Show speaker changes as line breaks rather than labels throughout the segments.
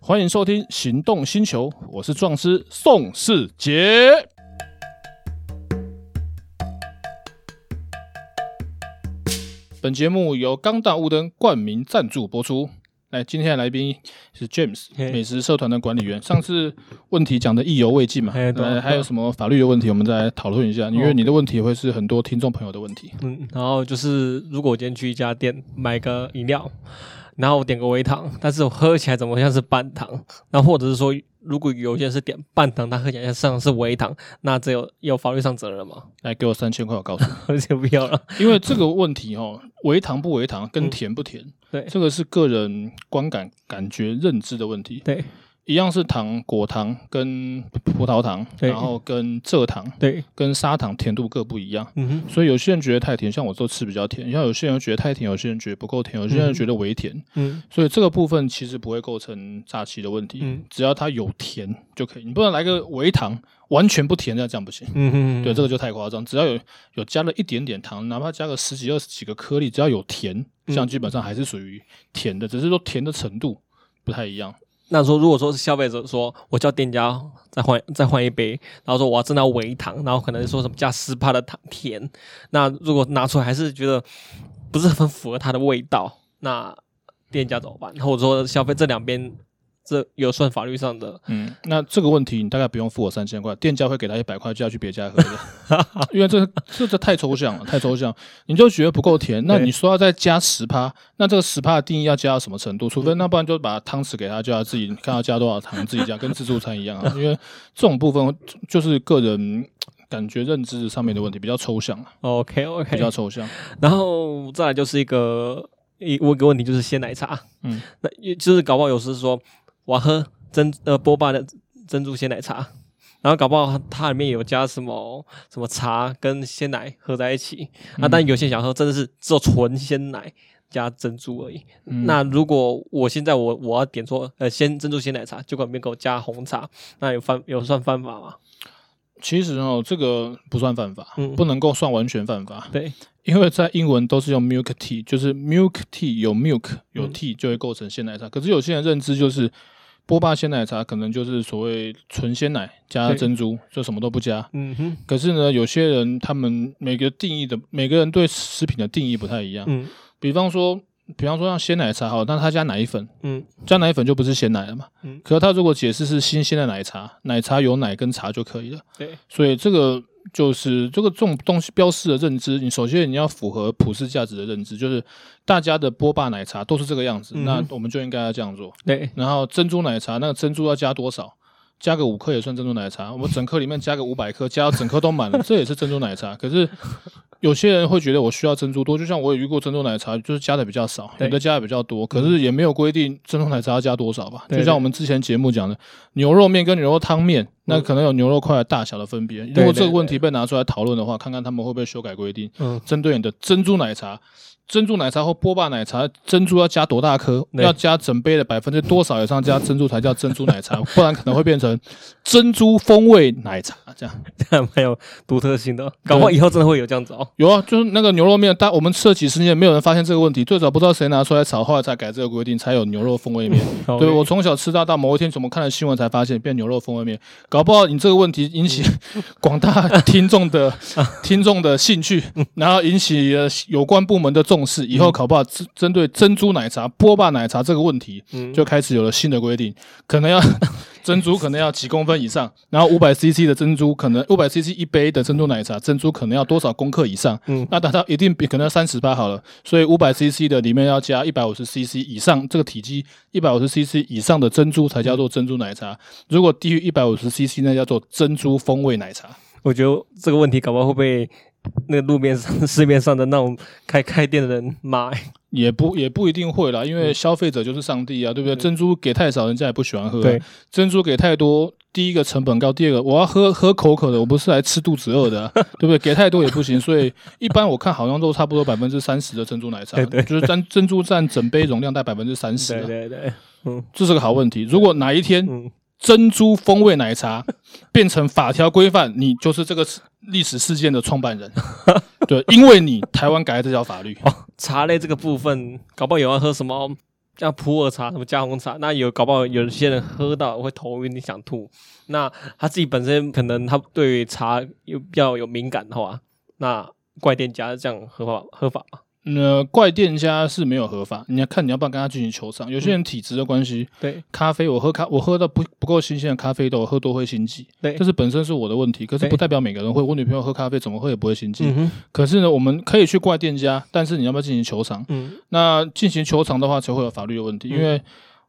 欢迎收听《行动星球》，我是壮师宋世杰。本节目由钢弹雾灯冠名赞助播出。来，今天的来宾是 James，
嘿
美食社团的管理员。上次问题讲的意犹未尽嘛，
嘿对
呃，还有什么法律的问题，我们再来讨论一下。因为你的问题会是很多听众朋友的问题。
嗯，然后就是如果我今天去一家店买个饮料，然后我点个微糖，但是我喝起来怎么像是半糖？那或者是说，如果有些人是点半糖，他喝起来像是微糖，那这有有法律上责任 吗？
来，给我三千块，我告诉你。
而且不要了，
因为这个问题哦，微糖不微糖跟
嗯
甜不甜，
对
这个是个人观感、感觉、认知的问题。
对
一样是糖，果糖跟葡萄糖，
对
然后跟蔗糖、
对，
跟砂糖甜度各不一样。
嗯哼，
所以有些人觉得太甜，像我都吃比较甜；像有些人觉得太甜，有些人觉得不够甜，有些人
嗯
觉得微甜。
嗯
所以这个部分其实不会构成诈欺的问题，
嗯
只要它有甜就可以。你不能来个微糖，完全不甜，那这样不行。
嗯哼，
对，这个就太夸张。只要有有加了一点点糖，哪怕加个十几二十几个颗粒，只要有甜，这样
嗯
基本上还是属于甜的，只是说甜的程度不太一样。
那说，如果说是消费者说，我叫店家再换再换一杯，然后说我要真的要微糖，然后可能说什么加十帕的糖甜，那如果拿出来还是觉得不是很符合它的味道，那店家怎么办？或者说消费这两边这有算法律上的？
嗯，那这个问题你大概不用付我三千块，店家会给他一百块，就要去别家喝的， 因为这这这太抽象了，太抽象，你就觉得不够甜。那
对
你说要再加十趴，那这个十趴的定义要加到什么程度？除非那不然就把汤匙给他，叫他自己看他加多少糖，自己加，跟自助餐一样啊。因为这种部分就是个人感觉认知上面的问题，比较抽象啊。
OK
比较
OK，
抽象。
然后再来就是一个一我有个问题就是鲜奶茶，
嗯，
那也就是搞不好有时说我要喝珍呃波霸的珍珠鲜奶茶，然后搞不好它里面有加什么什么茶跟鲜奶合在一起，
嗯
啊，但有些想喝真的是只有纯鲜奶加珍珠而已。
嗯
那如果我现在我我要点说呃鲜珍珠鲜奶茶，结果里面给我加红茶，那有犯有算犯法吗？
其实哦，这个不算犯法，
嗯
不能够算完全犯法，
对，
因为在英文都是用 milk tea，就是 milk tea 有 milk 有
嗯
tea 就会构成鲜奶茶。可是有些人认知就是波霸鲜奶茶可能就是所谓纯鲜奶加
对
珍珠，就什么都不加。
嗯哼，
可是呢，有些人他们每个定义的每个人对食品的定义不太一样。
嗯
比方说，比方说像鲜奶茶好了，那他加奶粉，
嗯
加奶粉就不是鲜奶了嘛。
嗯
可是他如果解释是新鲜的奶茶，奶茶有奶跟茶就可以了。
对，
所以这个就是这个这种东西标示的认知，你首先你要符合普世价值的认知，就是大家的波霸奶茶都是这个样子，
嗯哼
那我们就应该要这样做。
对
然后珍珠奶茶，那个珍珠要加多少？加个五克也算珍珠奶茶，我们整颗里面加个五百克，加到整颗都满了，这也是珍珠奶茶。可是有些人会觉得我需要珍珠多，就像我也遇过珍珠奶茶，就是加的比较少，
对嗯
有的加的比较多，可是也没有规定珍珠奶茶要加多少吧。
对
就像我们之前节目讲的，牛肉面跟牛肉汤
嗯
面，那可能有牛肉块大小的分别。如果这个问题被拿出来讨论的话，看看他们会不会修改规定，
嗯
针对你的珍珠奶茶。珍珠奶茶或波霸奶茶，珍珠要加多大颗？
对
要加整杯的百分之多少以上加珍珠才叫珍珠奶茶？ 不然可能会变成珍珠风味奶茶这样。
这样蛮有独特性的，哦搞不好以后真的会有这样子哦。
有啊，就是那个牛肉面，大我们吃了几十年，没有人发现这个问题，最早不知道谁拿出来炒，后来才改这个规定，才有牛肉风味面。对我从小吃到大，某一天怎么看了新闻才发现变牛肉风味面，搞不好你这个问题引起 广大听众的听众的兴趣，然后引起了有关部门的重视，以后搞不好针针对珍珠奶茶、波霸奶茶这个问题，
嗯
就开始有了新的规定，可能要 珍珠可能要几公分以上，然后五百 CC 的珍珠可能五百 CC 一杯的珍珠奶茶，珍珠可能要多少公克以上？
嗯
那达到一定比可能要三十八好了，所以五百 CC 的里面要加一百五十 CC 以上这个体积一百五十 CC 以上的珍珠才叫做珍珠奶茶，如果低于一百五十 CC 那叫做珍珠风味奶茶。
我觉得这个问题搞不好会被那个路面上、市面上的那种开开店的人 骂、欸。
也不也不一定会啦，因
嗯
为消费者就是上帝啊，对不对？珍珠给太少，人家也不喜欢喝、啊。
对，
珍珠给太多，第一个成本高，第二个我要喝喝口渴的，我不是来吃肚子饿的、 啊，对不对？给太多也不行，所以一般我看好像都差不 多百分之三十的珍珠奶茶，
对对
就是占珍珠占整杯容量大概百分之三十啊
对，对对，嗯
这是个好问题。如果哪一天
嗯，
珍珠风味奶茶变成法条规范，你就是这个历史事件的创办 人，对，因为你台湾改了这条法律。
茶类这个部分，搞不好有要喝什么像普洱茶、什么加红茶，那有搞不好有些人喝到会头晕、想吐。那他自己本身可能他对茶又比较有敏感的话，那怪店家这样合法合法吗？
那呃怪店家是没有合法，你要看你要不要跟他进行求偿。有些
嗯
人体质的关系，
对
咖啡我喝咖我喝到不不够新鲜的咖啡豆，我喝多会心悸，
对
这，是本身是我的问题，可是
对
不代表每个人会。我女朋友喝咖啡怎么喝也不会心悸，
嗯哼，
可是呢，我们可以去怪店家，但是你要不要进行求偿？
嗯
那进行球场的话，才会有法律的问题，因为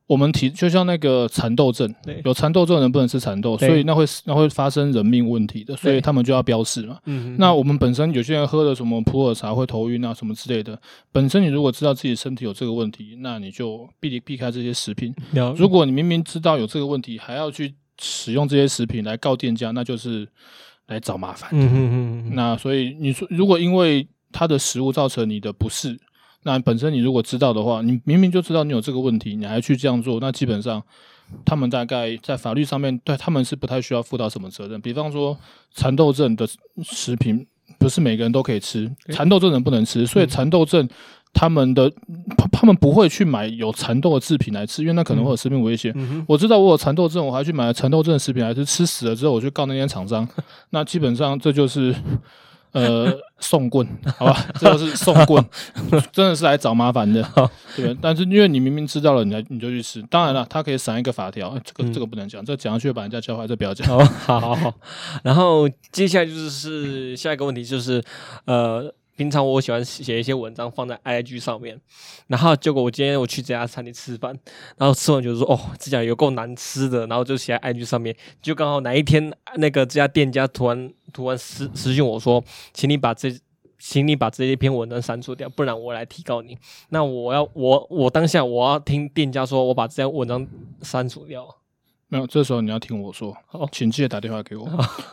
我们提就像那个蚕豆症
对，
有蚕豆症的人不能吃蚕豆，
对
所以那会那会发生人命问题的，所以他们就要标示嘛。
嗯哼，
那我们本身有些人喝了什么普洱茶会头晕啊什么之类的，本身你如果知道自己身体有这个问题，那你就避避开这些食品。
了
如果你明明知道有这个问题，还要去使用这些食品来告店家，那就是来找麻烦。
嗯哼哼哼，
那所以你说，如果因为它的食物造成你的不适，那本身你如果知道的话，你明明就知道你有这个问题，你还去这样做，那基本上他们大概在法律上面对他们是不太需要负到什么责任。比方说蚕豆症的食品，不是每个人都可以吃，
对
蚕豆症人不能吃，所以
嗯
蚕豆症。他们的他他们不会去买有蚕豆的制品来吃，因为那可能会有食品危险。
嗯哼，
我知道我有蚕豆症，我还去买了蚕豆症的食品来吃，吃死了之后我去告那间厂 商，那基本上这就是呃送棍，好吧，这就是送 棍，真的是来找麻烦的
好，
对。但是因为你明明知道了，你来你就去吃，当然了，他可以闪一个法条，哎这个
嗯
这个不能讲，这讲下去会把人家教坏，这不要 讲。
好，好哦好好。然后接下来就是是下一个问题，就是呃，平常我喜欢写一些文章放在 IG 上面，然后结果我今天我去这家餐厅吃饭，然后吃完觉得说哦，这家有够难吃的，然后就写在 IG 上面，就刚好哪一天那个这家店家突然突然私私信我说，请你把这。请你把这一篇文章删除掉，不然我来提告你。那我要我我当下我要听店家说，我把这篇文章删除掉。
没有，这时候你要听我说
好，
请记得打电话给我，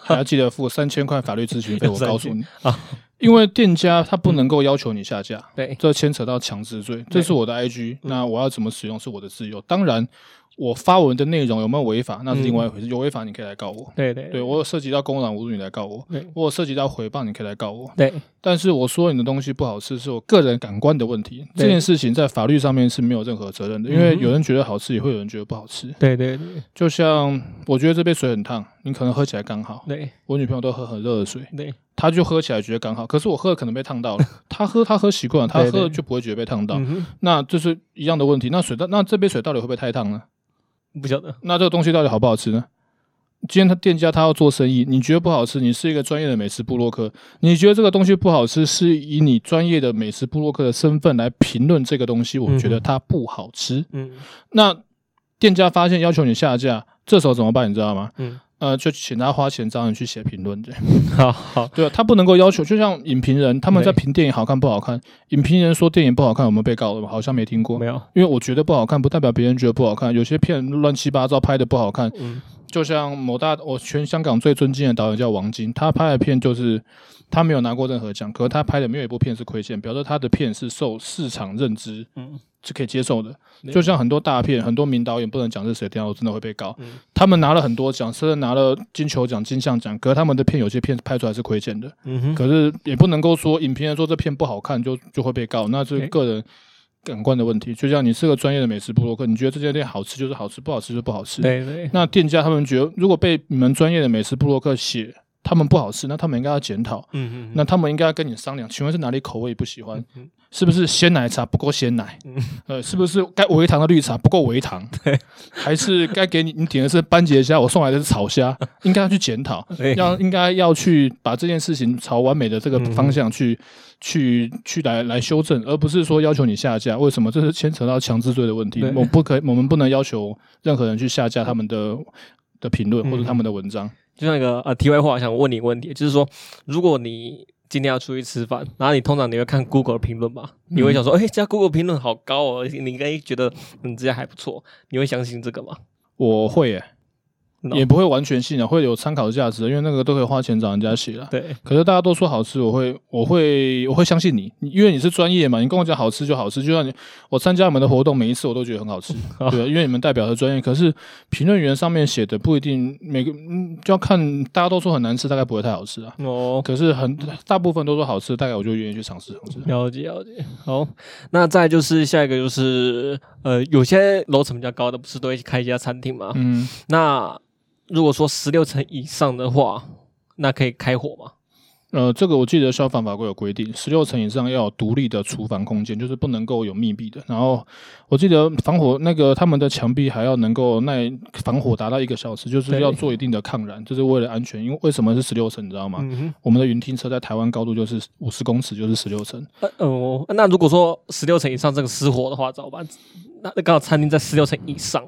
还要记得付三千块法律咨询 费，我告诉你
好，
因为店家他不能够要求你下架。
对，
这牵扯到强制罪，这是我的 IG，那
嗯
我要怎么使用是我的自由。当然，我发文的内容有没有违法，那是另外一回事。有违法你可以来告我，
对嗯对
对我有涉及到公然侮辱你来告我
对，
我有涉及到诽谤你可以来告我。
对，
但是我说你的东西不好吃，是我个人感官的问题，这件事情在法律上面是没有任何责任的，因为
嗯哼
有人觉得好吃，也会有人觉得不好吃。
对对对
就像我觉得这杯水很烫，你可能喝起来刚好，
对
我女朋友都喝很热的水，
对
她就喝起来觉得刚好，可是我喝了可能被烫到了， 她喝她喝习惯了，她
对对
喝了就不会觉得被烫到。
嗯
那这是一样的问题。那水到那这杯水到底会不会太烫呢？
哼，不晓得，
那这个东西到底好不好吃呢？今天他店家他要做生意，你觉得不好吃，你是一个专业的美食部落客，你觉得这个东西不好吃，是以你专业的美食部落客的身份来评论这个东西，我觉得嗯它不好吃。
嗯
那店家发现要求你下架，这时候怎么办？你知道吗？
嗯，
呃，就请他花钱找你去写评论的。
好好，
对啊，他不能够要求，就像影评人他们在评电影好看不好看，影评人说电影不好看，有没有被告我好像没听过。
没有，
因为我觉得不好看，不代表别人觉得不好看。有些片乱七八糟拍的不好看，
嗯
就像某大我全香港最尊敬的导演叫王晶，他拍的片就是他没有拿过任何奖，可是他拍的没有一部片是亏欠，表示他的片是受市场认知
嗯
是可以接受的。
对
就像很多大片，很多名导演不能讲是谁，掉，我真的会被告。
嗯
他们拿了很多奖，甚至拿了金球奖、金像奖，可是他们的片有些片拍出来是亏欠的。
嗯哼，
可是也不能够说影评人说这片不好看就就会被告，那是
对
个人感官的问题。就像你是个专业的美食部落客，你觉得这家店好吃就是好吃，不好吃就不好吃。
对对，
那店家他们觉得，如果被你们专业的美食部落客写他们不好吃，那他们应该要检讨，
嗯
那他们应该要跟你商量，请问是哪里口味不喜欢？
嗯
是不是鲜奶茶不够鲜奶？
嗯
呃，是不是该微糖的绿茶不够微糖？
对，
还是该给你你点的是班杰虾，我送来的是炒虾，应该要去检讨。
对
要应该要去把这件事情朝完美的这个
嗯
方向去、去去来来修正，而不是说要求你下架。为什么？这是牵扯到强制罪的问题。
对
我们不可以，我们不能要求任何人去下架他们的的评论
嗯
或者他们的文章。
就像一个呃题外话，想问你一个问题，就是说，如果你今天要出去吃饭，然后你通常你会看 Google 评论吧？你会想说，哎、这家 Google 评论好高哦，你应该觉得嗯这家还不错，你会相信这个吗？
我会、耶，
No
也不会完全信啊，会有参考价值，因为那个都可以花钱找人家写啊了。
对，
可是大家都说好吃，我会，我会，我会相信你，你因为你是专业嘛，你跟我讲好吃就好吃。就像你，我参加你们的活动，每一次我都觉得很好吃，对啊，因为你们代表的专业。可是评论员上面写的不一定每个，嗯，就要看大家都说很难吃，大概不会太好吃啊。
哦，
可是很大部分都说好吃，大概我就愿意去尝试尝试。
了解了解，好，那再就是下一个就是呃，有些楼层比较高的不是都会开一家餐厅嘛？
嗯，
那如果说十六层以上的话，那可以开火嘛？
呃，这个我记得消防法规有规定，十六层以上要有独立的厨房空间，就是不能够有密闭的。然后我记得防火那个他们的墙壁还要能够耐防火达到一个小时，就是
对
要做一定的抗燃，就是为了安全。因为为什么是十六层，你知道吗？
嗯哼，
我们的云梯车在台湾高度就是五十公尺，就是十六层。
呃呃我，那如果说十六层以上这个失火的话，怎么办？那那刚好餐厅在十六层以上，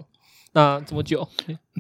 那这么久？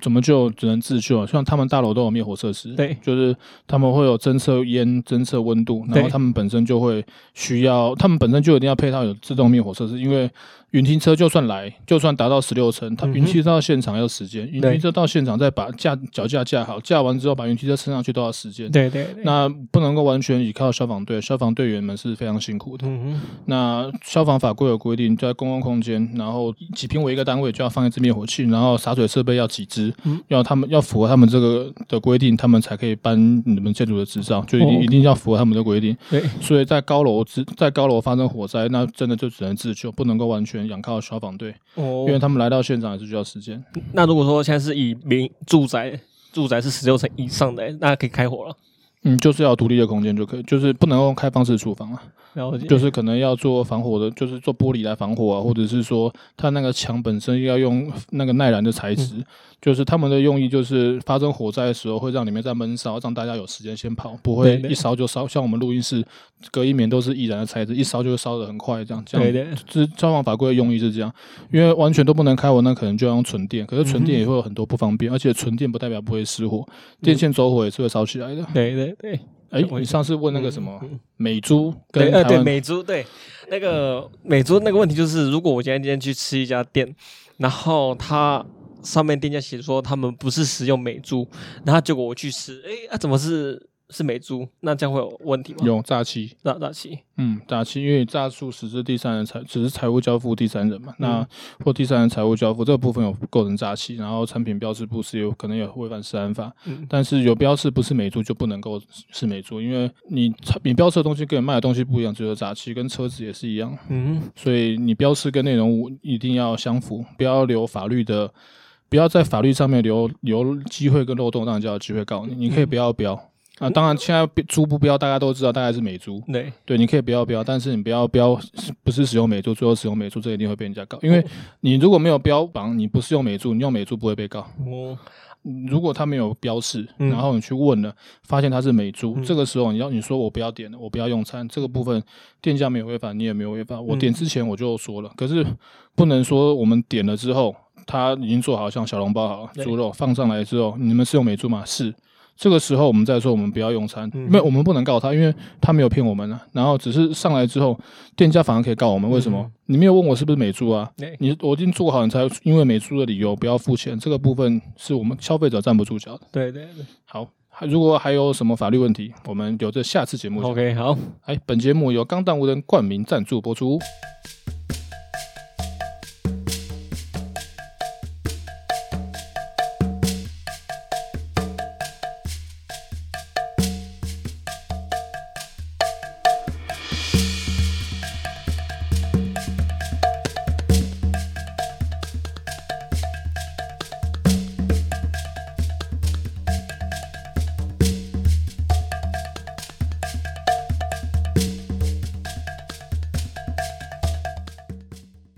怎么救只能自救啊？像他们大楼都有灭火设施，
对
就是他们会有侦测烟、侦测温度，然后
对
他们本身就会需要，他们本身就一定要配套有自动灭火设施，因为云梯车就算来，就算达到十六层，它
嗯哼
云梯车到现场要时间，云
对
梯车到现场再把架脚架架好，架完之后把云梯车升上去都要时间。
对对对，
那不能够完全依靠消防队，消防队员们是非常辛苦的。
嗯哼，
那消防法规有规定，在公共空间，然后几平为一个单位就要放一支灭火器，然后洒水设备要几支，
嗯
要他们要符合他们这个的规定，他们才可以颁你们建筑的执照，就一定、
哦
一定要符合他们的规定。
对，
所以在高楼之在高楼发生火灾，那真的就只能自救，不能够完全仰靠消防队，因为
哦，
他们来到现场也是需要时间。
那如果说现在是以民住宅，住宅是十六层以上的，那可以开火了。
嗯，就是要有独立的空间就可以，就是不能用开放式厨房啊。
了解，
就是可能要做防火的，就是做玻璃来防火啊，或者是说它那个墙本身要用那个耐燃的材
嗯
质，就是他们的用意就是发生火灾的时候会让里面在闷烧，让大家有时间先跑，不会
对对
一烧就烧。像我们录音室隔音棉都是易燃的材质，一烧就烧得很快，这样这样。
对对，
这消防法规的用意是这样，因为完全都不能开火，那可能就要用纯电，可是纯电
嗯哼
也会有很多不方便，而且纯电不代表不会失火，电线走火也是会烧起来的。
对对对。
哎、
我
你上次问那个什么
嗯嗯
美猪
对，
跟
呃，
台
对，
湾嗯
美猪，对，那个美猪那个问题就是，如果我今天今天去吃一家店，然后它上面店家写说他们不是食用美猪，然后结果我去吃，哎，啊，怎么是是美猪？那这样会有问题吗？
有诈欺。
大大气，
嗯，诈欺，因为诈术实施第三人财，只是财务交付第三人嘛，那或第三人财务交付这个部分有构成诈欺，然后产品标示不实有可能有违反食安法，
嗯，
但是有标示不是美猪就不能够是美猪，因为你产你标示的东西跟你卖的东西不一样，只有诈欺跟车子也是一样，
嗯，
所以你标示跟内容物一定要相符，不要留法律的，不要在法律上面留留机会跟漏洞，让人家有机会告你，你可以不要标。啊，当然，现在猪不标，大家都知道，大概是美猪。
对，
对，你可以不要标，但是你不要标，不是使用美猪，最后使用美猪，这一定会被人家告。因为你如果没有标榜，你不是用美猪，你用美猪不会被告。嗯
哦，
如果他没有标示，
嗯
然后你去问了，发现他是美猪，
嗯
这个时候你要你说我不要点了，我不要用餐，这个部分店家没有违反，你也没有违反。
嗯
我点之前我就说了，可是不能说我们点了之后，他已经做好像小笼包好了，
对
猪肉放上来之后，你们是用美猪吗？是。这个时候我们再说我们不要用餐，
嗯
没有我们不能告他，因为他没有骗我们啊。然后只是上来之后，店家反而可以告我们，为什么？
嗯
你没有问我是不是美猪啊？
对，
你我已经做好，你才因为美猪的理由不要付钱，这个部分是我们消费者站不住脚的。
对对对
好，还如果还有什么法律问题，我们留着下次节目讲。
，OK，好。
哎，本节目由钢弹无人冠名赞助播出。